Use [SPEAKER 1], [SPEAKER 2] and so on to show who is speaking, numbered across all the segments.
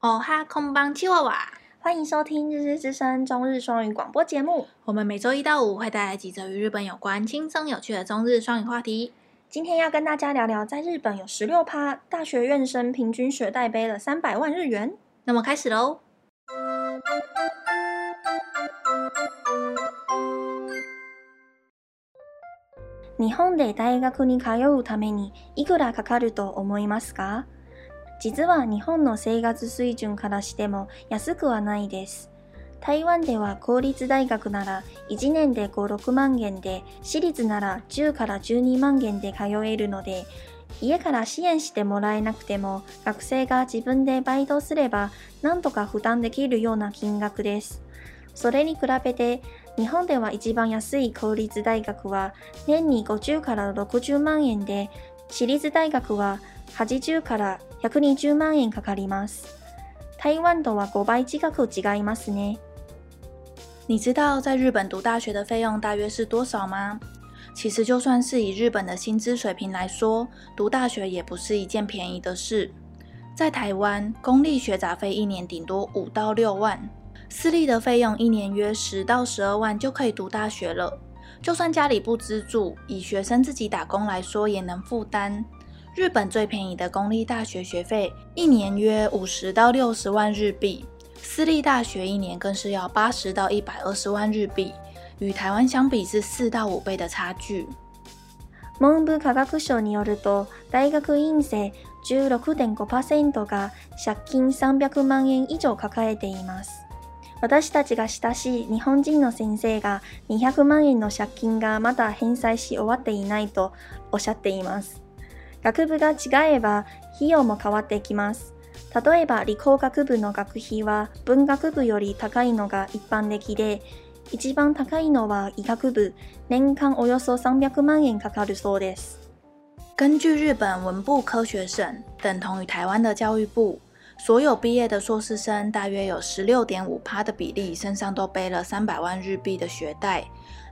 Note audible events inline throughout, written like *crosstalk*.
[SPEAKER 1] 哦哈空邦七娃娃。
[SPEAKER 2] 欢迎收听《日日之声》中日双语广播节目。
[SPEAKER 1] 我们每周一到五会带来几则与日本有关、轻松有趣的中日双语话题。
[SPEAKER 2] 今天要跟大家聊聊，在日本有十六趴大学院生平均学贷背了三百万日元。
[SPEAKER 1] 那么开始喽。
[SPEAKER 2] 日本で大学に通うためにいくらかかると思いますか実は日本の生活水準からしても安くはないです。台湾では公立大学なら1年で5、6万円で、私立なら10から12万円で通えるので、家から支援してもらえなくても学生が自分でバイトすればなんとか負担できるような金額です。それに比べて日本では一番安い公立大学は年に50から60万円で私立大学は80から120万円かかります。台湾とは5倍近く違いますね。
[SPEAKER 1] 你知道在日本读大学的费用大约是多少吗？其实就算是以日本的薪资水平来说，读大学也不是一件便宜的事。在台湾，公立学杂费一年顶多五到六万。私立的费用一年约十到十二万就可以读大学了，就算家里不资助，以学生自己打工来说也能负担。日本最便宜的公立大学学费一年约五十到六十万日币，私立大学一年更是要八十到一百二十万日币，与台湾相比是四到五倍的差距。
[SPEAKER 2] 文部科学省によると、大学院生16.5%が借金300万円以上抱えています。私たちが親しい日本人の先生が200万円の借金がまだ返済し終わっていないとおっしゃっています。学部が違えば費用も変わってきます。例えば理工学部の学費は文学部より高いのが一般的で、一番高いのは医学部、年間およそ300万円かかるそうです。
[SPEAKER 1] 根据日本文部科学省，等同于台湾的教育部，所有毕业的硕士生，大约有十六点五趴的比例身上都背了三百万日币的学贷，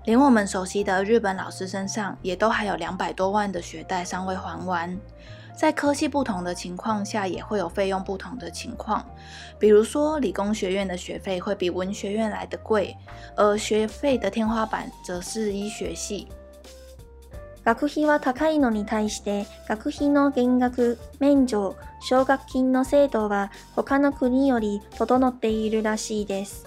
[SPEAKER 1] 连我们熟悉的日本老师身上也都还有两百多万的学贷尚未还完。在科系不同的情况下，也会有费用不同的情况。比如说，理工学院的学费会比文学院来的贵，而学费的天花板则是医学系。
[SPEAKER 2] 学費は高いのに対して学費の減額、免除、奨学金の制度は他の国より整っているらしいです。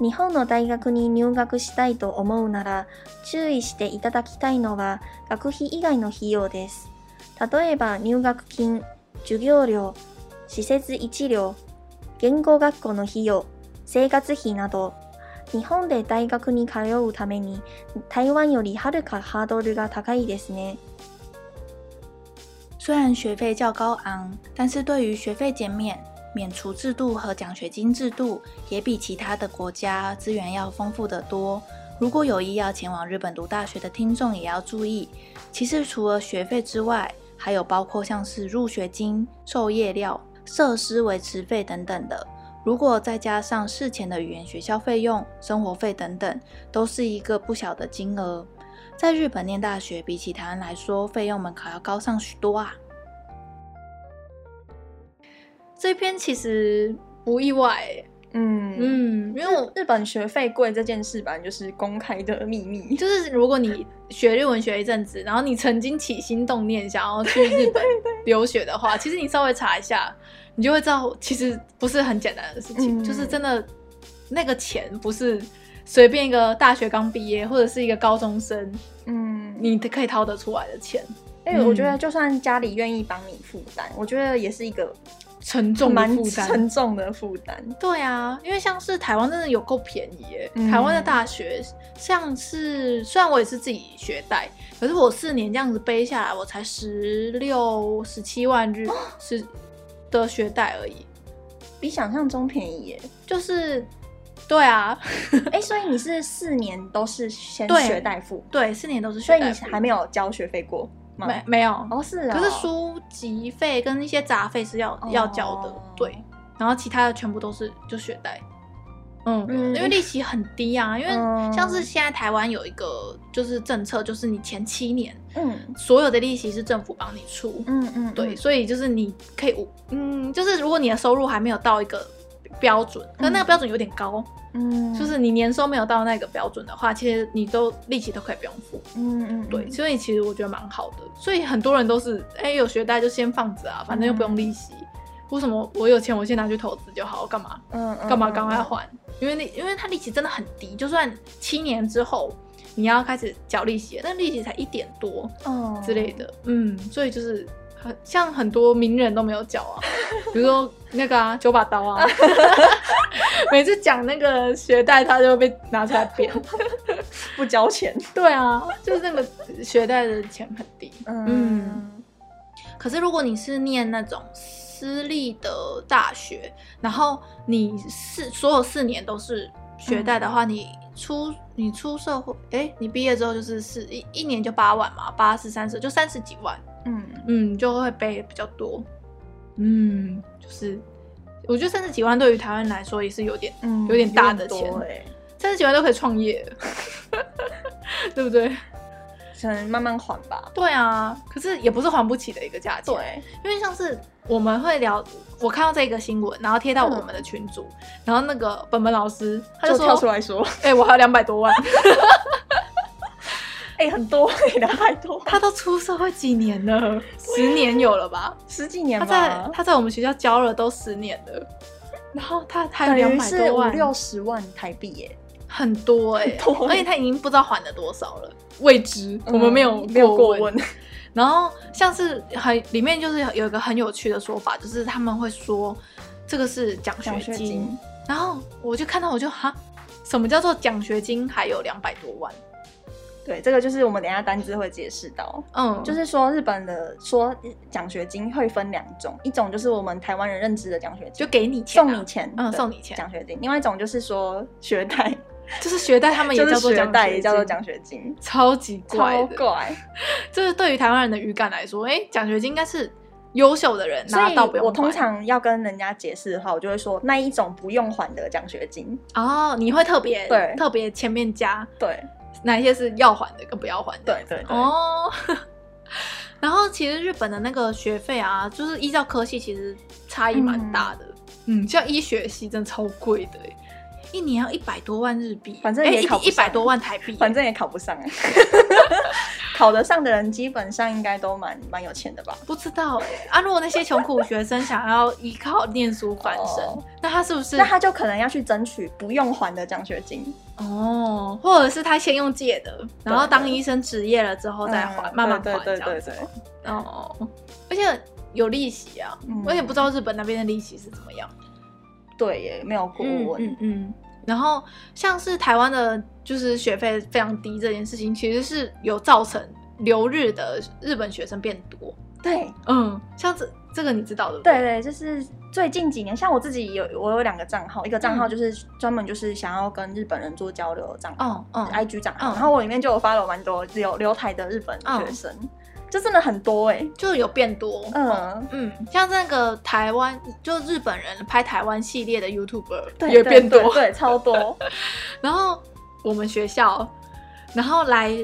[SPEAKER 2] 日本の大学に入学したいと思うなら注意していただきたいのは学費以外の費用です。例えば入学金、授業料、施設一料、言語学校の費用、生活費など日本で大学に通うために台湾よりはるかハードルが高いですね。
[SPEAKER 1] 虽然学费较高昂，但是对于学费减免、免除制度和奖学金制度，也比其他的国家资源要丰富得多。如果有意要前往日本读大学的听众，也要注意，其实除了学费之外，还有包括像是入学金、授业料、设施维持费等等的。如果再加上事前的语言学校费用、生活费等等，都是一个不小的金额。在日本念大学，比起台湾来说，费用门槛要高上许多啊。这篇其实不意外、欸，
[SPEAKER 2] 嗯
[SPEAKER 1] 嗯，因为我
[SPEAKER 3] 日本学费贵这件事吧，就是公开的秘密。
[SPEAKER 1] 就是如果你学日文学一阵子，然后你曾经起心动念想要去日本留学的话，其实你稍微查一下。你就会知道，其实不是很简单的事情，嗯、就是真的那个钱不是随便一个大学刚毕业或者是一个高中生，
[SPEAKER 2] 嗯，
[SPEAKER 1] 你可以掏得出来的钱。
[SPEAKER 3] 哎、欸，我觉得就算家里愿意帮你负担，我觉得也是一个
[SPEAKER 1] 沉重
[SPEAKER 3] 蛮
[SPEAKER 1] 负担，
[SPEAKER 3] 沉重的负担。
[SPEAKER 1] 对啊，因为像是台湾真的有够便宜耶、嗯，台湾的大学像是虽然我也是自己学贷，可是我四年这样子背下来，我才十六十七万日是。哦的学贷而已，
[SPEAKER 3] 比想象中便宜
[SPEAKER 1] *laughs*
[SPEAKER 3] 耶。
[SPEAKER 1] 就是，对啊，
[SPEAKER 3] 哎欸，所以你是四年都是先学贷付
[SPEAKER 1] 對，对，四年都是学
[SPEAKER 3] 所以你还没有交学费过吗？
[SPEAKER 1] 没没有，
[SPEAKER 3] 哦是啊、
[SPEAKER 1] 哦。可是书籍费跟一些杂费是要、哦、要交的，对。然后其他的全部都是就学贷，嗯，因为利息
[SPEAKER 2] 嗯
[SPEAKER 1] 很低啊。因为像是现在台湾有一个就是政策，就是你前七年
[SPEAKER 2] 嗯
[SPEAKER 1] 所有的利息是政府帮你出。
[SPEAKER 2] 嗯嗯，
[SPEAKER 1] 对，所以就是你可以无，嗯，就是如果你的收入还没有到一个标准，但那个标准有点高，
[SPEAKER 2] 嗯，
[SPEAKER 1] 就是你年收没有到那个标准的话，其实你都利息都可以不用付。
[SPEAKER 2] 嗯嗯，
[SPEAKER 1] 对，所以其实我觉得蛮好的。所以很多人都是，哎、有学贷就先放着
[SPEAKER 2] 嗯
[SPEAKER 1] 啊，反正又不用利息。为什么我有钱我先拿去投资就好？干嘛
[SPEAKER 2] 嗯
[SPEAKER 1] 干嘛赶快还？因为那因为它利息真的很低，就算七年之后你要开始缴利息了，但利息才一点多
[SPEAKER 2] 哦
[SPEAKER 1] 之类，的。嗯，所以就是很像很多名人都没有缴
[SPEAKER 2] *laughs*
[SPEAKER 1] 啊，比如说那个啊九把刀啊，每次讲那个学贷他就被拿出来扁。
[SPEAKER 2] 不交钱，
[SPEAKER 1] 对啊，就是那个学贷的钱很低。嗯可是如果你是念那种私立的大学，然后你四所有四年都是学贷的话，你出你出社会，哎、你毕业之后就是四一一年就八万嘛，八四三十就三十几万，
[SPEAKER 2] 嗯
[SPEAKER 1] 嗯，就会背比较多，嗯，就是我觉得三十几万对于台湾来说也是有点
[SPEAKER 2] 嗯，
[SPEAKER 1] 有点大的
[SPEAKER 2] 有点多
[SPEAKER 1] 钱
[SPEAKER 2] 欸
[SPEAKER 1] 三十几万都可以创业 *laughs* 了，对不对？
[SPEAKER 2] 可能慢慢还吧。
[SPEAKER 1] 对啊，可是也不是还不起的一个价钱，
[SPEAKER 2] 对，
[SPEAKER 1] 因为上次我们会聊，我看到这个新闻，然后贴到我们的群组，然后那个本本老师他就
[SPEAKER 2] 嗯就
[SPEAKER 1] 说
[SPEAKER 2] 跳出，来说，
[SPEAKER 1] 哎、我还有两百
[SPEAKER 2] *laughs*
[SPEAKER 1] 多万，，
[SPEAKER 2] 哎，很多欸，两百多
[SPEAKER 1] 他都出社会几年了，十年有了吧？
[SPEAKER 2] *laughs* 十几年
[SPEAKER 1] 他
[SPEAKER 2] 吧，
[SPEAKER 1] 在他在我们学校教了都十年了，然后他还有
[SPEAKER 2] 等
[SPEAKER 1] 两
[SPEAKER 2] 于
[SPEAKER 1] 百
[SPEAKER 2] 是
[SPEAKER 1] 多
[SPEAKER 2] 五
[SPEAKER 1] 万，
[SPEAKER 2] 六十万台币耶，
[SPEAKER 1] 很多哎、
[SPEAKER 2] 很多
[SPEAKER 1] 而且他已经不知道还了多少了，未知，我们没有
[SPEAKER 2] 嗯没有过
[SPEAKER 1] 问。
[SPEAKER 2] 问，
[SPEAKER 1] 然后像是很里面就是有一个很有趣的说法，就是他们会说这个是奖学
[SPEAKER 2] 奖
[SPEAKER 1] 金，
[SPEAKER 2] 学金
[SPEAKER 1] 然后我就看到我就哈，什么叫做奖学金还有两百多万？
[SPEAKER 2] 对，这个就是我们等一下单字会解释到。
[SPEAKER 1] 嗯，
[SPEAKER 2] 就是说，日本的说奖学金会分两种，一种就是我们台湾人认知的奖学金，
[SPEAKER 1] 就给你钱、
[SPEAKER 2] 送你，钱，
[SPEAKER 1] 嗯，
[SPEAKER 2] 对
[SPEAKER 1] 送你钱，
[SPEAKER 2] 奖学金；另外一种就是说学贷，
[SPEAKER 1] 就是学贷他们也
[SPEAKER 2] 就
[SPEAKER 1] 叫
[SPEAKER 2] 是
[SPEAKER 1] 做
[SPEAKER 2] 学
[SPEAKER 1] 奖
[SPEAKER 2] 贷
[SPEAKER 1] 学
[SPEAKER 2] 也
[SPEAKER 1] 金
[SPEAKER 2] 叫做奖学金，
[SPEAKER 1] 超级怪
[SPEAKER 2] 超
[SPEAKER 1] 的，
[SPEAKER 2] 怪。
[SPEAKER 1] 就是对于台湾人的语感来说，哎，奖学金应该是优秀的人
[SPEAKER 2] 所
[SPEAKER 1] 拿
[SPEAKER 2] 以
[SPEAKER 1] 到不用
[SPEAKER 2] 我通
[SPEAKER 1] 还
[SPEAKER 2] 常要跟人家解释的话，我就会说那一种不用还的奖学金，
[SPEAKER 1] 哦，你会特别
[SPEAKER 2] 对
[SPEAKER 1] 特别前面加
[SPEAKER 2] 对
[SPEAKER 1] 哪一些是要还的跟不要还的，
[SPEAKER 2] 对对对，
[SPEAKER 1] 哦。 *laughs* 然后其实日本的那个学费啊，就是依照科系其实差异蛮大的。嗯像医学系真的超贵的欸、一年要一百多万日币，
[SPEAKER 2] 反正
[SPEAKER 1] 哎
[SPEAKER 2] 也考
[SPEAKER 1] 一
[SPEAKER 2] 不
[SPEAKER 1] 一百
[SPEAKER 2] 上
[SPEAKER 1] 多万台币欸，
[SPEAKER 2] 反正也考不上、欸， *laughs* 考得上的人基本上应该都蛮蛮有钱的吧？
[SPEAKER 1] 不知道哎、啊。如果那些穷苦学生想要依靠念书翻身，
[SPEAKER 2] 哦
[SPEAKER 1] 那他是不是
[SPEAKER 2] 那他就可能要去争取不用还的奖学金，
[SPEAKER 1] 哦，或者是他先用借的，然后
[SPEAKER 2] 对
[SPEAKER 1] 当医生职业了之后哦再还，慢慢还
[SPEAKER 2] 嗯对
[SPEAKER 1] 这
[SPEAKER 2] 对
[SPEAKER 1] 样
[SPEAKER 2] 对
[SPEAKER 1] 子
[SPEAKER 2] 对对，
[SPEAKER 1] 哦，而且有利息啊，
[SPEAKER 2] 嗯
[SPEAKER 1] 我也不知道日本那边的利息是怎么样。
[SPEAKER 2] 对耶，没有过问，
[SPEAKER 1] 嗯嗯嗯。然后像是台湾的，就是学费非常低这件事情，其实是有造成留日的日本学生变多。
[SPEAKER 2] 对
[SPEAKER 1] 嗯，像这这个你知道的，
[SPEAKER 2] 对对，就是最近几年，像我自己有我有两个账号，一个账号
[SPEAKER 1] 嗯
[SPEAKER 2] 就是专门就是想要跟日本人做交流的账号，
[SPEAKER 1] 哦哦，
[SPEAKER 2] IG 账
[SPEAKER 1] 嗯
[SPEAKER 2] 号，然后我里面就有发了蛮多留留台的日本学生，就真的很多哎、欸，
[SPEAKER 1] 就有变多。嗯
[SPEAKER 2] 嗯，
[SPEAKER 1] 嗯，像那个台湾，就日本人拍台湾系列的 YouTuber
[SPEAKER 2] 对，
[SPEAKER 1] 也
[SPEAKER 2] 对
[SPEAKER 1] 变多。
[SPEAKER 2] 对对，
[SPEAKER 1] *laughs*
[SPEAKER 2] 超多，
[SPEAKER 1] 然后我们学校，然后来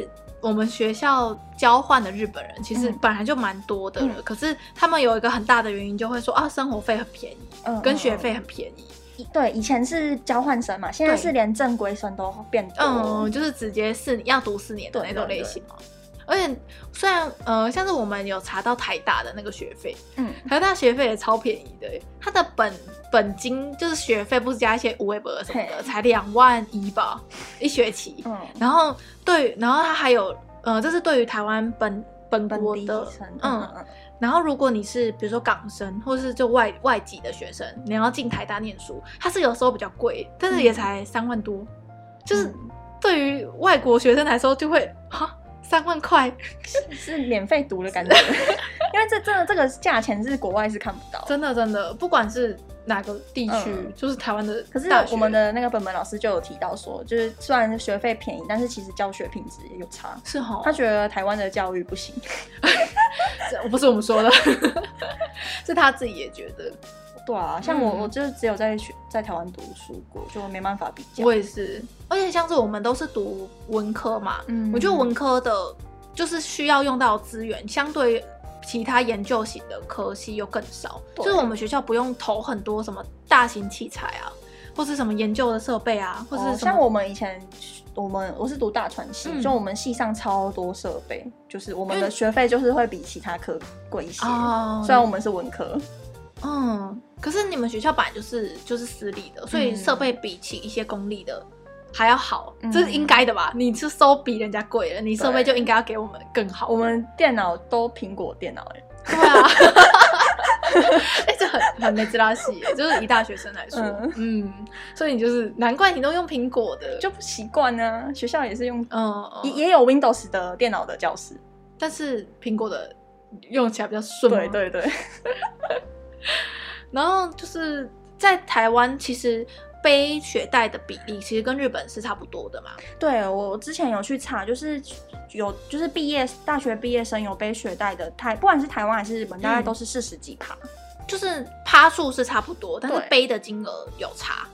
[SPEAKER 1] 我们学校交换的日本人，其实
[SPEAKER 2] 嗯
[SPEAKER 1] 本来就蛮多的了。
[SPEAKER 2] 嗯
[SPEAKER 1] 可是他们有一个很大的原因，就会说啊，生活费很便宜，
[SPEAKER 2] 嗯
[SPEAKER 1] 跟学费。很便宜。
[SPEAKER 2] 嗯嗯对，以前是交换生嘛，现在
[SPEAKER 1] 对
[SPEAKER 2] 是连正规生都变多。
[SPEAKER 1] 嗯，就是直接四要读四年的那种类型嘛。而且虽然呃，像是我们有查到台大的那个学费，
[SPEAKER 2] 嗯，
[SPEAKER 1] 台大学费也超便宜的耶，它的本本金就是学费，不是加一些无微博什么的，
[SPEAKER 2] 嘿
[SPEAKER 1] 才两万一吧，一学期。
[SPEAKER 2] 嗯，
[SPEAKER 1] 然后对，然后它还有呃，这是对于台湾本本
[SPEAKER 2] 本
[SPEAKER 1] 国
[SPEAKER 2] 地
[SPEAKER 1] 的
[SPEAKER 2] 生，，
[SPEAKER 1] 嗯。
[SPEAKER 2] 嗯
[SPEAKER 1] 然后如果你是比如说港生或是就外外籍的学生，你要进台大念书，它是有时候比较贵，但是也才三万多，就是
[SPEAKER 2] 嗯
[SPEAKER 1] 对于外国学生来说就会哈三万块，
[SPEAKER 2] 嗯，是免费读的感觉， *laughs* 因为这真的这个价钱是国外是看不到。
[SPEAKER 1] 真的真的，不管是哪个地区，
[SPEAKER 2] 嗯
[SPEAKER 1] 就是台湾的
[SPEAKER 2] 可是
[SPEAKER 1] 大学
[SPEAKER 2] 我们的那个本本老师就有提到说，就是虽然学费便宜，但是其实教学品质也有差。
[SPEAKER 1] 是哈，
[SPEAKER 2] 他觉得台湾的教育不行，
[SPEAKER 1] 这不是我们说的，
[SPEAKER 2] *laughs*
[SPEAKER 1] 是他自己也觉得，
[SPEAKER 2] 对啊，像我、
[SPEAKER 1] 嗯
[SPEAKER 2] 我就只有在学在台湾读书过，就没办法比较。
[SPEAKER 1] 我也是，而且像是我们都是读文科嘛，
[SPEAKER 2] 嗯
[SPEAKER 1] 我觉得文科的就是需要用到的资源，相对于其他研究型的科系又更少。
[SPEAKER 2] 对
[SPEAKER 1] 就是我们学校不用投很多什么大型器材啊，或是什么研究的设备啊，或是什么、
[SPEAKER 2] 哦像我们以前，我们我是读大传系，
[SPEAKER 1] 嗯
[SPEAKER 2] 就我们系上超多设备，就是我们
[SPEAKER 1] 因为
[SPEAKER 2] 的学费就是会比其他科贵一些。
[SPEAKER 1] 哦，
[SPEAKER 2] 虽然我们是文科，
[SPEAKER 1] 嗯，可是你们学校本来就是就是私立的，所以设备比起一些公立的还要好，
[SPEAKER 2] 嗯
[SPEAKER 1] 这是应该的吧？你是收比人家贵了，你设备就应该要给我们更好。
[SPEAKER 2] 我们电脑都苹果电脑、欸，
[SPEAKER 1] 对啊， *laughs* 哎、这很很没知道戏耶，就是以大学生来说，嗯所以你就是难怪你都用苹果的，
[SPEAKER 2] 就不习惯啊。学校也是用，
[SPEAKER 1] 嗯，嗯
[SPEAKER 2] 也也有 Windows 的电脑的教室。
[SPEAKER 1] 但是苹果的用起来比较顺嘛，
[SPEAKER 2] 对对对，
[SPEAKER 1] 然后就是在台湾，其实背学贷的比例其实跟日本是差不多的嘛。
[SPEAKER 2] 对我之前有去查，就是有就是毕业大学毕业生有背学贷的台，不管是台湾还是日本，大概
[SPEAKER 1] 嗯
[SPEAKER 2] 都是四十几趴。
[SPEAKER 1] 就是趴数是差不多，但是
[SPEAKER 2] 对
[SPEAKER 1] 背的金额有差。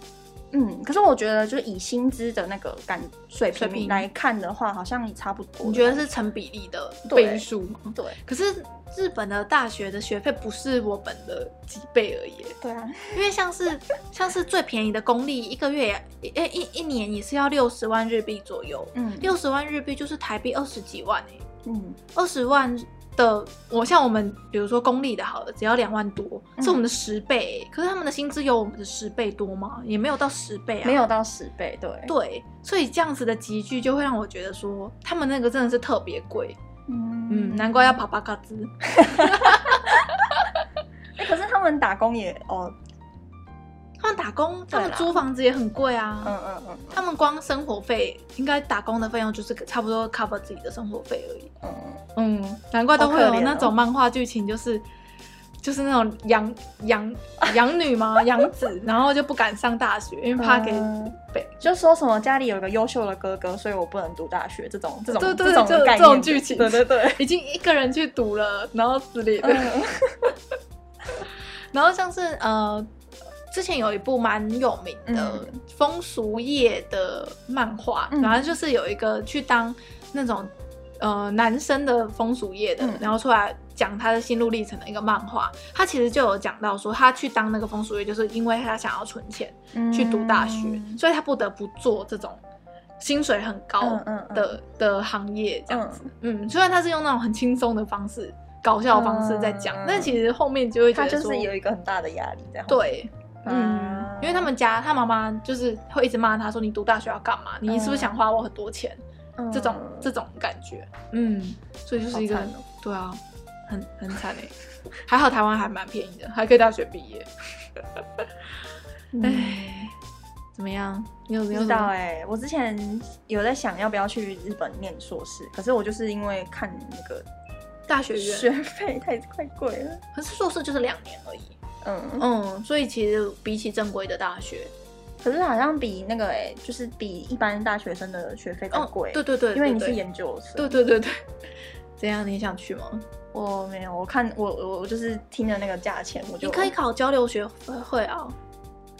[SPEAKER 2] 嗯，可是我觉得就是以薪资的那个感水
[SPEAKER 1] 水平
[SPEAKER 2] 平来看的话，好像也差不多。
[SPEAKER 1] 你觉得是？成比例的
[SPEAKER 2] 对
[SPEAKER 1] 倍数吗？
[SPEAKER 2] 对
[SPEAKER 1] 可是日本的大学的学费不是我们的几倍而已耶，
[SPEAKER 2] 对啊，
[SPEAKER 1] 因为像是像是最便宜的公立，一个月也诶一一年也是要六十万日币左右，
[SPEAKER 2] 嗯
[SPEAKER 1] 六十万日币就是台币二十几万哎、
[SPEAKER 2] 嗯，
[SPEAKER 1] 二十万的，我像我们比如说公立的好了，只要两万多，
[SPEAKER 2] 嗯
[SPEAKER 1] 是我们的十倍、可是他们的薪资有我们的十倍多吗？也没有到十倍啊，
[SPEAKER 2] 没有到十倍，对
[SPEAKER 1] 对，所以这样子的集聚就会让我觉得说，他们那个真的是特别贵，嗯，
[SPEAKER 2] 嗯
[SPEAKER 1] 难怪要爬爬嘎吱。
[SPEAKER 2] 欸可是他们打工也哦，
[SPEAKER 1] 他们打工，他
[SPEAKER 2] 对
[SPEAKER 1] 们
[SPEAKER 2] 啦
[SPEAKER 1] 租房子也很贵啊，
[SPEAKER 2] 嗯嗯嗯
[SPEAKER 1] 他们光生活费，应该打工的费用就是差不多 cover 自己的生活费而已。
[SPEAKER 2] 嗯嗯，
[SPEAKER 1] 嗯，难怪都
[SPEAKER 2] 好
[SPEAKER 1] 会
[SPEAKER 2] 可
[SPEAKER 1] 有
[SPEAKER 2] 怜
[SPEAKER 1] 那
[SPEAKER 2] 哦
[SPEAKER 1] 种漫画剧情，就是。就是那种养养养女嘛， *laughs* 养子，然后就不敢上大学，因为怕给
[SPEAKER 2] 嗯
[SPEAKER 1] 被
[SPEAKER 2] 就说什么家里有个优秀的哥哥，所以我不能读大学，这种这种
[SPEAKER 1] 对对
[SPEAKER 2] 这种
[SPEAKER 1] 这
[SPEAKER 2] 概念
[SPEAKER 1] 这种剧情
[SPEAKER 2] 对对对，
[SPEAKER 1] 已经一个人去读了，然后之类的。
[SPEAKER 2] *laughs* 嗯
[SPEAKER 1] 然后像是呃，之前有一部蛮有名的
[SPEAKER 2] 嗯
[SPEAKER 1] 风俗业的漫画，
[SPEAKER 2] 嗯
[SPEAKER 1] 然后就是有一个去当那种呃男生的风俗业的，
[SPEAKER 2] 嗯
[SPEAKER 1] 然后出来讲他的心路历程的一个漫画。他其实就有讲到说，他去当那个风俗业，就是因为他想要存钱去读大学，
[SPEAKER 2] 嗯
[SPEAKER 1] 所以他不得不做这种薪水很高的、
[SPEAKER 2] 嗯嗯嗯
[SPEAKER 1] 的行业这样子。嗯虽然他是用那种很轻松的方式。搞笑的方式在讲，
[SPEAKER 2] 嗯嗯嗯
[SPEAKER 1] 但其实后面就会觉
[SPEAKER 2] 他
[SPEAKER 1] 得
[SPEAKER 2] 就
[SPEAKER 1] 说
[SPEAKER 2] 是有一个很大的压力在后面。
[SPEAKER 1] 对，嗯
[SPEAKER 2] 啊，
[SPEAKER 1] 因为他们家他妈妈就是会一直骂他说：“你读大学要干嘛？你是不是想花我很多钱？”
[SPEAKER 2] 嗯
[SPEAKER 1] 这种这种感觉，嗯，所以就是一个、
[SPEAKER 2] 好惨哦
[SPEAKER 1] 对啊，很很惨哎、还好台湾还蛮便宜的，还可以大学毕业。哎、
[SPEAKER 2] 嗯
[SPEAKER 1] 怎么样？你有
[SPEAKER 2] 不
[SPEAKER 1] 没有
[SPEAKER 2] 知
[SPEAKER 1] 什么
[SPEAKER 2] 道哎、我之前有在想要不要去日本念硕士，可是我就是因为看那个
[SPEAKER 1] 大学院？
[SPEAKER 2] 学费太太贵了，
[SPEAKER 1] 可是硕士就是两年而已，
[SPEAKER 2] 嗯，
[SPEAKER 1] 嗯，所以其实比起正规的大学，
[SPEAKER 2] 可是好像比那个哎、就是比一般大学生的学费更
[SPEAKER 1] 哦，
[SPEAKER 2] 贵、
[SPEAKER 1] 对对对，
[SPEAKER 2] 因为
[SPEAKER 1] 对
[SPEAKER 2] 你是
[SPEAKER 1] 对
[SPEAKER 2] 研究生，
[SPEAKER 1] 对对对对，怎样？你想去吗？
[SPEAKER 2] 我没有，我看我我我就是听了那个价钱，我就
[SPEAKER 1] 你可以考交流学会啊，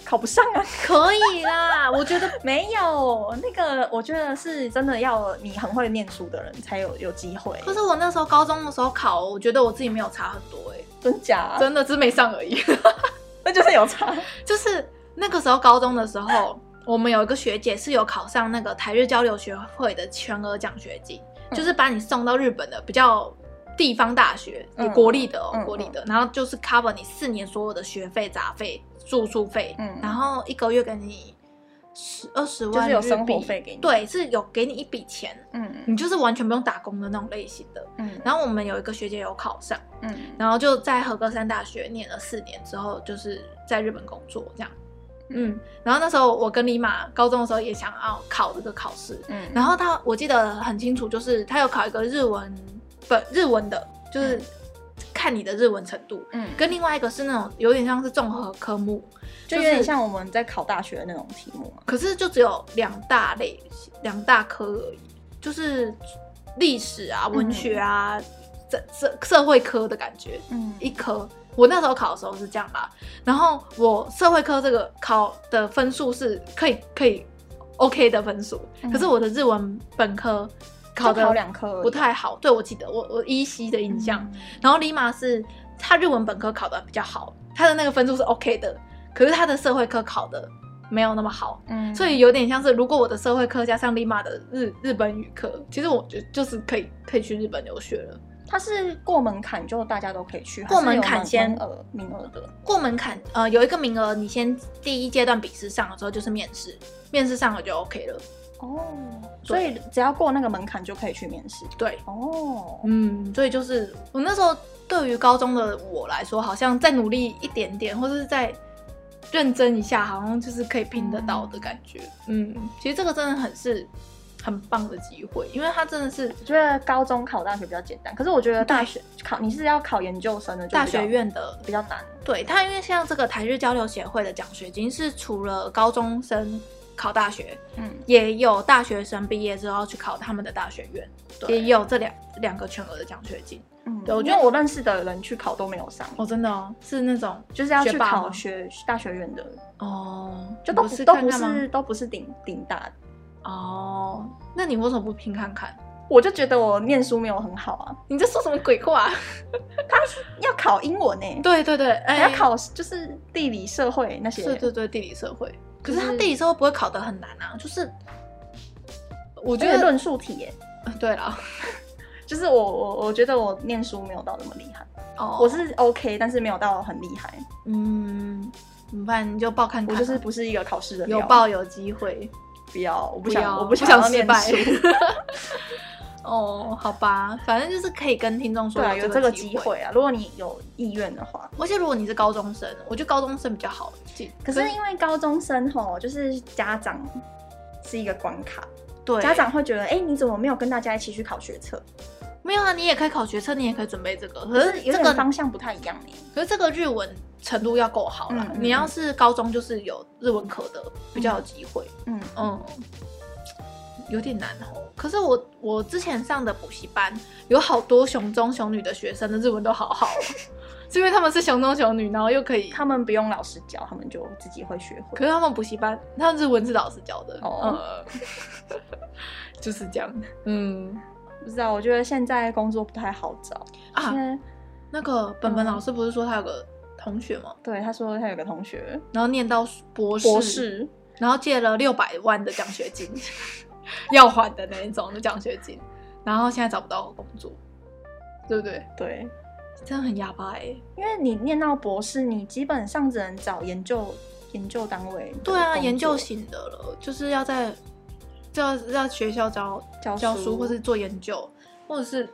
[SPEAKER 2] 考不上啊，
[SPEAKER 1] 可以
[SPEAKER 2] *laughs*
[SPEAKER 1] 啦，我觉得
[SPEAKER 2] 没有那个，我觉得是真的要你很会念书的人才有有机会，
[SPEAKER 1] 可是我那时候高中的时候考，我觉得我自己没有差很多哎、
[SPEAKER 2] 真假、
[SPEAKER 1] 真的只是没上而已。 *laughs*
[SPEAKER 2] 那就是有差，
[SPEAKER 1] 就是那个时候高中的时候，我们有一个学姐是有考上那个台日交流学会的全额奖学金，
[SPEAKER 2] 嗯
[SPEAKER 1] 就是把你送到日本的比较地方大学，
[SPEAKER 2] 嗯
[SPEAKER 1] 国立的、哦
[SPEAKER 2] 嗯嗯
[SPEAKER 1] 国立的，然后就是 cover 你四年所有的学费、杂费、住宿费，
[SPEAKER 2] 嗯
[SPEAKER 1] 然后一个月给你十二十
[SPEAKER 2] 就
[SPEAKER 1] 万
[SPEAKER 2] 是
[SPEAKER 1] 日
[SPEAKER 2] 有
[SPEAKER 1] 币，
[SPEAKER 2] 生活费给你，，
[SPEAKER 1] 对，是有给你一笔钱，
[SPEAKER 2] 嗯
[SPEAKER 1] 你就是完全不用打工的那种类型的。
[SPEAKER 2] 嗯
[SPEAKER 1] 然后我们有一个学姐有考上，
[SPEAKER 2] 嗯
[SPEAKER 1] 然后就在和歌山大学念了四年之后，就是在日本工作这样。嗯，然后那时候我跟李马高中的时候也想要考这个考试，
[SPEAKER 2] 嗯，
[SPEAKER 1] 然后他我记得很清楚，就是他有考一个日文本日文的，就是看你的日文程度，
[SPEAKER 2] 嗯
[SPEAKER 1] 跟另外一个是那种有点像是综合科目，
[SPEAKER 2] 就有点像我们在考大学的那种题目嘛。
[SPEAKER 1] 可是就只有两大类型两大科而已，就是历史啊、文学啊、这这社会科的感觉。
[SPEAKER 2] 嗯
[SPEAKER 1] 一科。我那时候考的时候是这样啦，然后我社会科这个考的分数是可以可以 OK 的分数，
[SPEAKER 2] 嗯
[SPEAKER 1] 可是我的日文本科考
[SPEAKER 2] 就考
[SPEAKER 1] 的
[SPEAKER 2] 两科而已，
[SPEAKER 1] 不太好。对，我记得我我依稀的印象。
[SPEAKER 2] 嗯
[SPEAKER 1] 然后李马是他日文本科考的比较好，他的那个分数是 OK 的，可是他的社会科考的没有那么好，
[SPEAKER 2] 嗯
[SPEAKER 1] 所以有点像是如果我的社会科加上李马的日日本语课，其实我觉得就是可以可以去日本留学了。
[SPEAKER 2] 它是过门槛就大家都可以去，
[SPEAKER 1] 过门槛
[SPEAKER 2] 还是有
[SPEAKER 1] 先
[SPEAKER 2] 名额名额的，
[SPEAKER 1] 过门槛，呃，有一个名额，你先第一阶段笔试上了之后就是面试，面试上了就 OK 了。
[SPEAKER 2] 哦，所以只要过那个门槛就可以去面试，
[SPEAKER 1] 对，
[SPEAKER 2] 哦，
[SPEAKER 1] 嗯，所以就是我那时候对于高中的我来说，好像再努力一点点，或者是再认真一下，好像就是可以拼得到的感觉。嗯，其实这个真的很是很棒的机会，因为它真的是
[SPEAKER 2] 我觉得高中考大学比较简单，可是我觉得大学考你是要考研究生的，就比较
[SPEAKER 1] 大学院的
[SPEAKER 2] 比较难，
[SPEAKER 1] 对它，因为像这个台日交流协会的奖学金是除了高中生考大学，
[SPEAKER 2] 嗯，
[SPEAKER 1] 也有大学生毕业之后去考他们的大学院，
[SPEAKER 2] 对
[SPEAKER 1] 也有这两两个全额的奖学金。
[SPEAKER 2] 嗯，
[SPEAKER 1] 对我觉
[SPEAKER 2] 因
[SPEAKER 1] 得
[SPEAKER 2] 为我认识的人去考都没有上，
[SPEAKER 1] 哦，真的哦，是那种
[SPEAKER 2] 就是要去
[SPEAKER 1] 学霸
[SPEAKER 2] 考
[SPEAKER 1] 吗
[SPEAKER 2] 学大学院的，
[SPEAKER 1] 哦，
[SPEAKER 2] 就都
[SPEAKER 1] 你
[SPEAKER 2] 不
[SPEAKER 1] 不
[SPEAKER 2] 都
[SPEAKER 1] 看
[SPEAKER 2] 不
[SPEAKER 1] 看吗
[SPEAKER 2] 是都不是顶顶大的，
[SPEAKER 1] 哦，那你为什么不拼看看？
[SPEAKER 2] 我就觉得我念书没有很好啊，
[SPEAKER 1] 你在说什么鬼话？
[SPEAKER 2] 要考英文呢、欸
[SPEAKER 1] 对对对，哎、
[SPEAKER 2] 还要考就是地理社会那些，
[SPEAKER 1] 对对对地理社会，可是
[SPEAKER 2] 就
[SPEAKER 1] 他
[SPEAKER 2] 是
[SPEAKER 1] 地理社会不会考得很难啊，就是我
[SPEAKER 2] 我
[SPEAKER 1] 觉
[SPEAKER 2] 觉
[SPEAKER 1] 得
[SPEAKER 2] 得
[SPEAKER 1] 呃
[SPEAKER 2] 论述题耶、
[SPEAKER 1] 对啦，
[SPEAKER 2] 就是我我我觉得我念书没有到那么厉害，
[SPEAKER 1] 哦，
[SPEAKER 2] 我是 OK，但是没有到很厉害，
[SPEAKER 1] 嗯，怎么办？你就报看
[SPEAKER 2] 我
[SPEAKER 1] 看啊，
[SPEAKER 2] 就是不是一个考试的料
[SPEAKER 1] 有报有机会。
[SPEAKER 2] 不要，我不
[SPEAKER 1] 不
[SPEAKER 2] 想
[SPEAKER 1] 要
[SPEAKER 2] 我
[SPEAKER 1] 不
[SPEAKER 2] 想要
[SPEAKER 1] 想失
[SPEAKER 2] 念
[SPEAKER 1] 败
[SPEAKER 2] 书，
[SPEAKER 1] 哦，好吧，反正就是可以跟听众说
[SPEAKER 2] 对啊，有这个
[SPEAKER 1] 个
[SPEAKER 2] 机。会啊，如果你有意愿的话。
[SPEAKER 1] 而且如果你是高中生，我觉得高中生比较好进。
[SPEAKER 2] 可是因为高中生吼，就是家长是一个关卡，
[SPEAKER 1] 对
[SPEAKER 2] 家长会觉得，哎、你怎么没有跟大家一起去考学测？
[SPEAKER 1] 没有啊，你也可以考学测，你也可以准备这个。可
[SPEAKER 2] 可
[SPEAKER 1] 是
[SPEAKER 2] 是有
[SPEAKER 1] 这
[SPEAKER 2] 点
[SPEAKER 1] 个
[SPEAKER 2] 方向不太一样欸呢。
[SPEAKER 1] 可是这个日文程度要够好啦。
[SPEAKER 2] 嗯嗯
[SPEAKER 1] 你要是高中就是有日文科的，比较有机会。
[SPEAKER 2] 嗯，
[SPEAKER 1] 嗯，有点难哦。可是我我之前上的补习班有好多熊中熊女的学生的日文都好好
[SPEAKER 2] *laughs*
[SPEAKER 1] 哦，是因为他们是熊中熊女，然后又可以。
[SPEAKER 2] 他们不用老师教，他们就自己会学
[SPEAKER 1] 可
[SPEAKER 2] 会。
[SPEAKER 1] 是他们补习班，他们日文是老师教的，
[SPEAKER 2] 哦
[SPEAKER 1] 哦、 *laughs* 就是这样。嗯
[SPEAKER 2] 不知道，我觉得现在工作不太好找。
[SPEAKER 1] 啊
[SPEAKER 2] 现，在
[SPEAKER 1] 那个本本老师不是说他有个同学吗？
[SPEAKER 2] 对他说他有个同学
[SPEAKER 1] 然后念到博士，
[SPEAKER 2] 博士，
[SPEAKER 1] 然后借了六百万的奖学金， *laughs* 要还的那一种的奖学金，然后现在找不到工作，对不对？
[SPEAKER 2] 对，
[SPEAKER 1] 真的很哑巴哎、
[SPEAKER 2] 因为你念到博士，你基本上只能找研究研究单位的工作。
[SPEAKER 1] 对啊，研究型的了，就是要在就要要学校教
[SPEAKER 2] 教
[SPEAKER 1] 教
[SPEAKER 2] 书
[SPEAKER 1] 书，或是做研究，或者是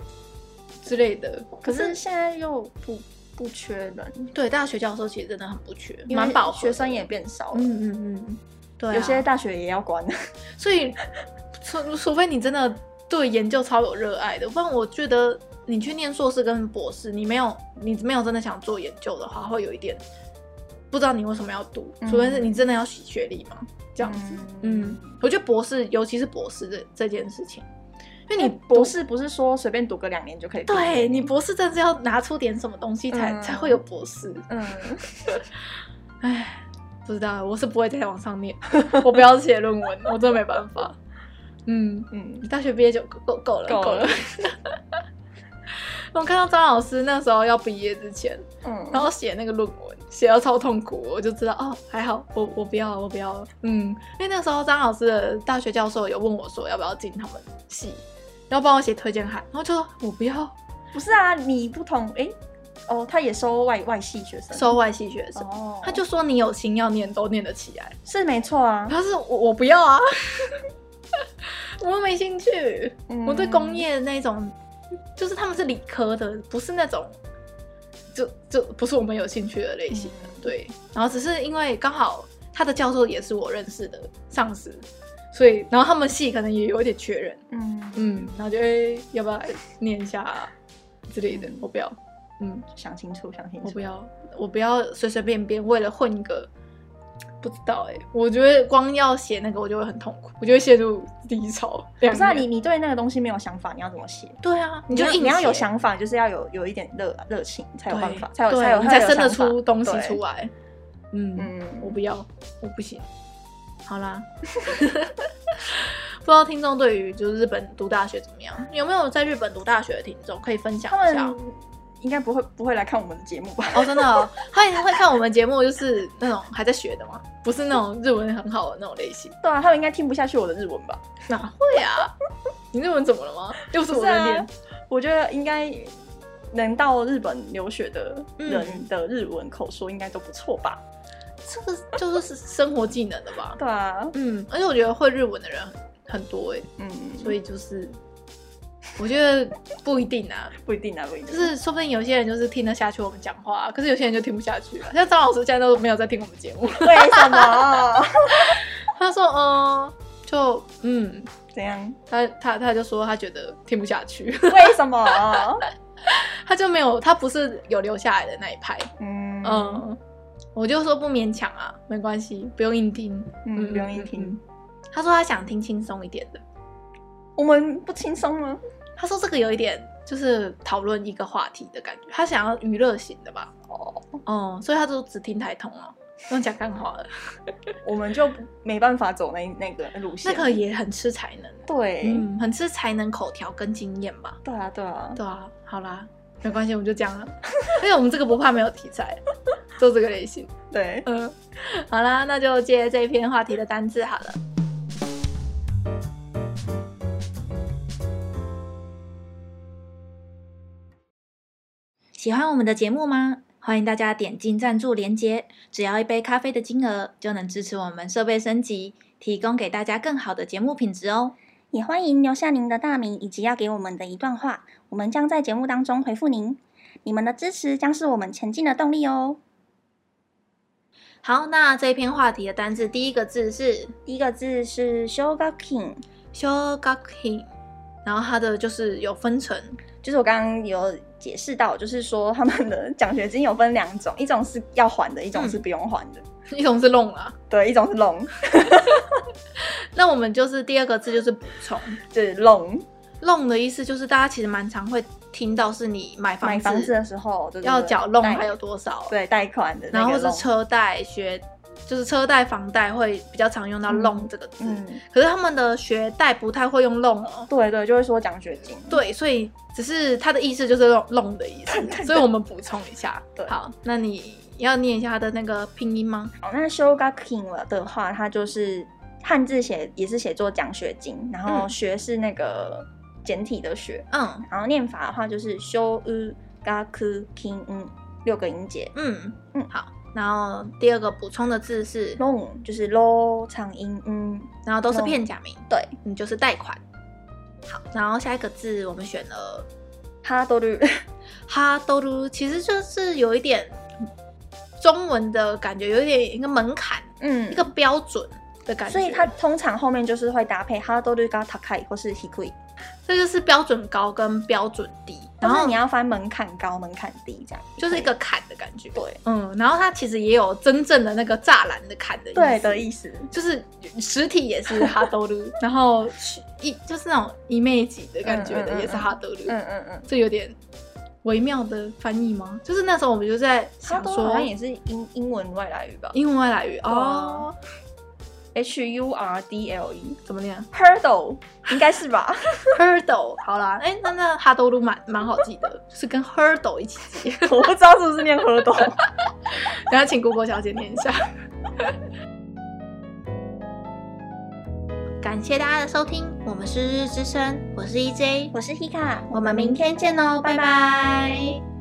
[SPEAKER 1] 之类的。
[SPEAKER 2] 可是现在又不不缺人，
[SPEAKER 1] 对大学教授其实真的很不缺，
[SPEAKER 2] 因为
[SPEAKER 1] 蛮饱和的
[SPEAKER 2] 学生也变少了。
[SPEAKER 1] 嗯嗯嗯嗯，对、啊，
[SPEAKER 2] 有些大学也要关。
[SPEAKER 1] 所以，除除非你真的对研究超有热爱的，不然我觉得你去念硕士跟博士，你没有你没有真的想做研究的话，会有一点不知道你为什么要读，
[SPEAKER 2] 嗯
[SPEAKER 1] 除非是你真的要洗学历嘛，这样子。嗯，我觉得博士，尤其是博士这这件事情，因为
[SPEAKER 2] 你
[SPEAKER 1] 你
[SPEAKER 2] 哎博
[SPEAKER 1] 博。
[SPEAKER 2] 士不是说随便读个两年就可以？
[SPEAKER 1] 对，你博士真的是要拿出点什么东西才、
[SPEAKER 2] 嗯
[SPEAKER 1] 才会有博士，
[SPEAKER 2] 嗯，
[SPEAKER 1] 唉，不知道，我是不会再往上念， *laughs* 我不要写论文，我真的没办法。嗯，
[SPEAKER 2] 嗯，
[SPEAKER 1] 你大学毕业就够够够了，
[SPEAKER 2] 够了。
[SPEAKER 1] *laughs* 我看到张老师那时候要毕业之前，
[SPEAKER 2] 嗯，
[SPEAKER 1] 然后写那个论文，写到超痛苦，我就知道哦，还好，我我不要了，我不要了。嗯，因为那时候张老师的大学教授有问我说要不要进他们系，然后帮我写推荐函，然后就说我不要
[SPEAKER 2] 不是啊，你不同诶，哦，他也收外外系学生，
[SPEAKER 1] 收外系学生，
[SPEAKER 2] 哦，
[SPEAKER 1] 他就说你有心要念都念得起来，
[SPEAKER 2] 是没错啊，
[SPEAKER 1] 他是我我不要啊， *laughs* 我又没兴趣。
[SPEAKER 2] 嗯
[SPEAKER 1] 我对工业那种，就是他们是理科的，不是那种，就就不是我们有兴趣的类型的。
[SPEAKER 2] 嗯
[SPEAKER 1] 对，然后只是因为刚好他的教授也是我认识的上司，所以然后他们系可能也有点缺人，
[SPEAKER 2] 嗯，
[SPEAKER 1] 嗯，然后就哎、要不要来念一下啊之类的
[SPEAKER 2] 嗯，
[SPEAKER 1] 我不要，嗯，
[SPEAKER 2] 想清楚，想清楚，
[SPEAKER 1] 我不要，我不要随随便便为了混一个。不知道哎、我觉得光要写那个我就会很痛苦，我就会陷入低潮。
[SPEAKER 2] 不
[SPEAKER 1] 不
[SPEAKER 2] 是啊，你你对那个东西没有想法，你要怎么写？
[SPEAKER 1] 对啊，你
[SPEAKER 2] 你
[SPEAKER 1] 就
[SPEAKER 2] 要
[SPEAKER 1] 硬
[SPEAKER 2] 你要有
[SPEAKER 1] 写
[SPEAKER 2] 想法，就是要有有一点热热情，才有
[SPEAKER 1] 对
[SPEAKER 2] 办法，才有
[SPEAKER 1] 对
[SPEAKER 2] 才有
[SPEAKER 1] 你才生得
[SPEAKER 2] 想法
[SPEAKER 1] 出东西
[SPEAKER 2] 对
[SPEAKER 1] 出来。嗯，
[SPEAKER 2] 嗯，
[SPEAKER 1] 我不要，我不行。好啦， *laughs* 不知道听众对于就是日本读大学怎么样？有没有在日本读大学的听众可以分享
[SPEAKER 2] 他
[SPEAKER 1] 一下
[SPEAKER 2] 们？应该不会不会来看我们的节目吧？ *laughs*
[SPEAKER 1] 哦，真的、哦， *laughs* 他也会看我们节目，就是那种还在学的吗？不是那种日文很好的那种类型。
[SPEAKER 2] 对啊，他们应该听不下去我的日文吧？
[SPEAKER 1] 哪会
[SPEAKER 2] *laughs*
[SPEAKER 1] 啊？你日文怎么了吗？又不是我
[SPEAKER 2] 不
[SPEAKER 1] 的
[SPEAKER 2] 啊
[SPEAKER 1] 脸。
[SPEAKER 2] 我觉得应该能到日本留学的人
[SPEAKER 1] 嗯
[SPEAKER 2] 的日文口说应该都不错吧？
[SPEAKER 1] 这个就是生活技能的吧？
[SPEAKER 2] 对啊，
[SPEAKER 1] 嗯，而且我觉得会日文的人很很多哎、
[SPEAKER 2] 嗯，
[SPEAKER 1] 所以就是我觉得不一定啊，
[SPEAKER 2] 不一定啊，不一定。
[SPEAKER 1] 就是说不定有些人就是听得下去我们讲话，啊可是有些人就听不下去了。啊像张老师现在都没有在听我们节目，
[SPEAKER 2] *laughs* 为什么？ *laughs*
[SPEAKER 1] 他说嗯，就嗯，
[SPEAKER 2] 怎样？
[SPEAKER 1] 他他他就说他觉得听不下去，
[SPEAKER 2] 为什
[SPEAKER 1] *laughs*
[SPEAKER 2] 么？
[SPEAKER 1] 他就没有他不是有留下来的那一派，
[SPEAKER 2] 嗯嗯
[SPEAKER 1] 嗯，我就说不勉强啊，没关系，不用硬听，
[SPEAKER 2] 嗯，不用一
[SPEAKER 1] 嗯
[SPEAKER 2] 听
[SPEAKER 1] 嗯。他说他想听轻松一点的，
[SPEAKER 2] 我们不轻松吗？
[SPEAKER 1] 他说这个有一点就是讨论一个话题的感觉，他想要娱乐型的吧？
[SPEAKER 2] 哦，
[SPEAKER 1] 哦、所以他就只听台通了，不用讲干话了，
[SPEAKER 2] 我们就没办法走那那个路
[SPEAKER 1] *laughs*
[SPEAKER 2] 线。
[SPEAKER 1] 那个也很吃才能，
[SPEAKER 2] 对，
[SPEAKER 1] 嗯，很吃才能、口条跟经验吧？
[SPEAKER 2] 对啊，对啊，
[SPEAKER 1] 对啊，好啦，没关系，我们就这样了，因为我们这个不怕没有题材，做这个类型。
[SPEAKER 2] 对。
[SPEAKER 1] 嗯，
[SPEAKER 4] *laughs*
[SPEAKER 1] 好啦，那就接这一篇话题的单字好了。
[SPEAKER 4] 喜欢我们的节目吗？欢迎大家点进赞助连接，只要一杯咖啡的金额，就能支持我们设备升级，提供给大家更好的节目品质哦。
[SPEAKER 5] 也欢迎留下您的大名以及要给我们的一段话，我们将在节目当中回复您。你们的支持将是我们前进的动力哦。
[SPEAKER 4] 好，那这一篇话题的单字第一个字是
[SPEAKER 5] 第一个字是 shogaking，
[SPEAKER 1] 修 g a k i 然后它的就是有
[SPEAKER 4] *laughs*
[SPEAKER 1] 分成，
[SPEAKER 2] 就是我刚刚有解释到，就是说他们的奖学金有分两种，一种是要还的，一种
[SPEAKER 5] 嗯
[SPEAKER 2] 是不用还的，
[SPEAKER 1] 一种是弄啦，
[SPEAKER 2] 对，一种是 loan，
[SPEAKER 1] 那我们就是第二个字就是补充。
[SPEAKER 2] 就是 loan。
[SPEAKER 1] loan 的意思就是大家其实蛮常会听到，是你买房
[SPEAKER 2] 买
[SPEAKER 1] 子
[SPEAKER 2] 房子的时候，对对对
[SPEAKER 1] 要缴 loan
[SPEAKER 2] 贷
[SPEAKER 1] 还有多少，
[SPEAKER 2] 对贷款的那
[SPEAKER 1] 然后
[SPEAKER 2] 个 loan，
[SPEAKER 1] 或是车贷、学就是车贷、房贷会比较常用到
[SPEAKER 2] 嗯
[SPEAKER 1] loan 这个字，
[SPEAKER 2] 嗯，
[SPEAKER 1] 可是他们的学贷不太会用 loan 哦。
[SPEAKER 2] 对对，就会说奖学金，
[SPEAKER 1] 对，所以只是它的意思就是 loan loan 的
[SPEAKER 2] *laughs*
[SPEAKER 1] 意思，所以我们补充一下。
[SPEAKER 2] 对
[SPEAKER 1] 好，那你要念一下它的那个拼音吗？
[SPEAKER 2] 哦，那 shogaking 了的话，它就是汉字写也是写作奖学金，然后
[SPEAKER 1] 嗯
[SPEAKER 2] 学是那个简体的学，
[SPEAKER 1] 嗯
[SPEAKER 2] 然后念法的话就是呃 shogaking，嗯，六个音节
[SPEAKER 1] 嗯
[SPEAKER 2] 嗯
[SPEAKER 1] 好。然后第二个补充的字是，
[SPEAKER 2] ，loan 就是 low 长音，嗯，
[SPEAKER 1] 然后都是
[SPEAKER 2] loan
[SPEAKER 1] 片假名，
[SPEAKER 2] 对，
[SPEAKER 1] 你就是贷款。好，然后下一个字我们选了
[SPEAKER 2] 哈都律，
[SPEAKER 1] 哈兜噜，其实就是有一点中文的感觉，有一点一个门槛，
[SPEAKER 2] *laughs* 嗯，
[SPEAKER 1] 一个标准的感觉。
[SPEAKER 2] 所以它通常后面就是会搭配哈多绿高塔开或是 hikui，
[SPEAKER 1] 这就是标准高跟标准低，然
[SPEAKER 2] 然后
[SPEAKER 1] 后
[SPEAKER 2] 你要翻门槛高、门槛低这样，
[SPEAKER 1] 哦就是一个坎的感觉。
[SPEAKER 2] 对
[SPEAKER 1] 嗯，然后它其实也有真正的那个栅栏的坎的意思，
[SPEAKER 2] 对的意思，
[SPEAKER 1] 就是实体也是哈兜
[SPEAKER 2] *laughs*
[SPEAKER 1] 噜，然后一就是那种 image 的感觉
[SPEAKER 2] 嗯嗯嗯
[SPEAKER 1] 的
[SPEAKER 2] 嗯
[SPEAKER 1] 也是哈兜噜，
[SPEAKER 2] 嗯嗯嗯，
[SPEAKER 1] 这有点微妙的翻译吗？就是那时候我们就在
[SPEAKER 2] 哈
[SPEAKER 1] 想
[SPEAKER 2] 多
[SPEAKER 1] 说
[SPEAKER 2] 好，像也是英英文外来语吧
[SPEAKER 1] 英文外来语
[SPEAKER 2] 啊
[SPEAKER 1] 哦，
[SPEAKER 2] ，H U R D L E
[SPEAKER 1] 怎么念
[SPEAKER 2] hurdle 应该是吧？
[SPEAKER 1] ？hurdle，好啦，哎，那那哈兜噜蛮蛮好记的， *laughs* 就是跟 hurdle 一起记。
[SPEAKER 2] *laughs* 我不知道是不是念 hurdle，
[SPEAKER 1] *laughs* 等下请姑姑小姐念一
[SPEAKER 2] *laughs*
[SPEAKER 1] 下。
[SPEAKER 4] 感谢大家的收听，我 *laughs*
[SPEAKER 2] E
[SPEAKER 4] 们是日日之声，我是 EJ，
[SPEAKER 5] 我是 Hika，
[SPEAKER 2] 哦
[SPEAKER 4] 我们明天见喽，拜拜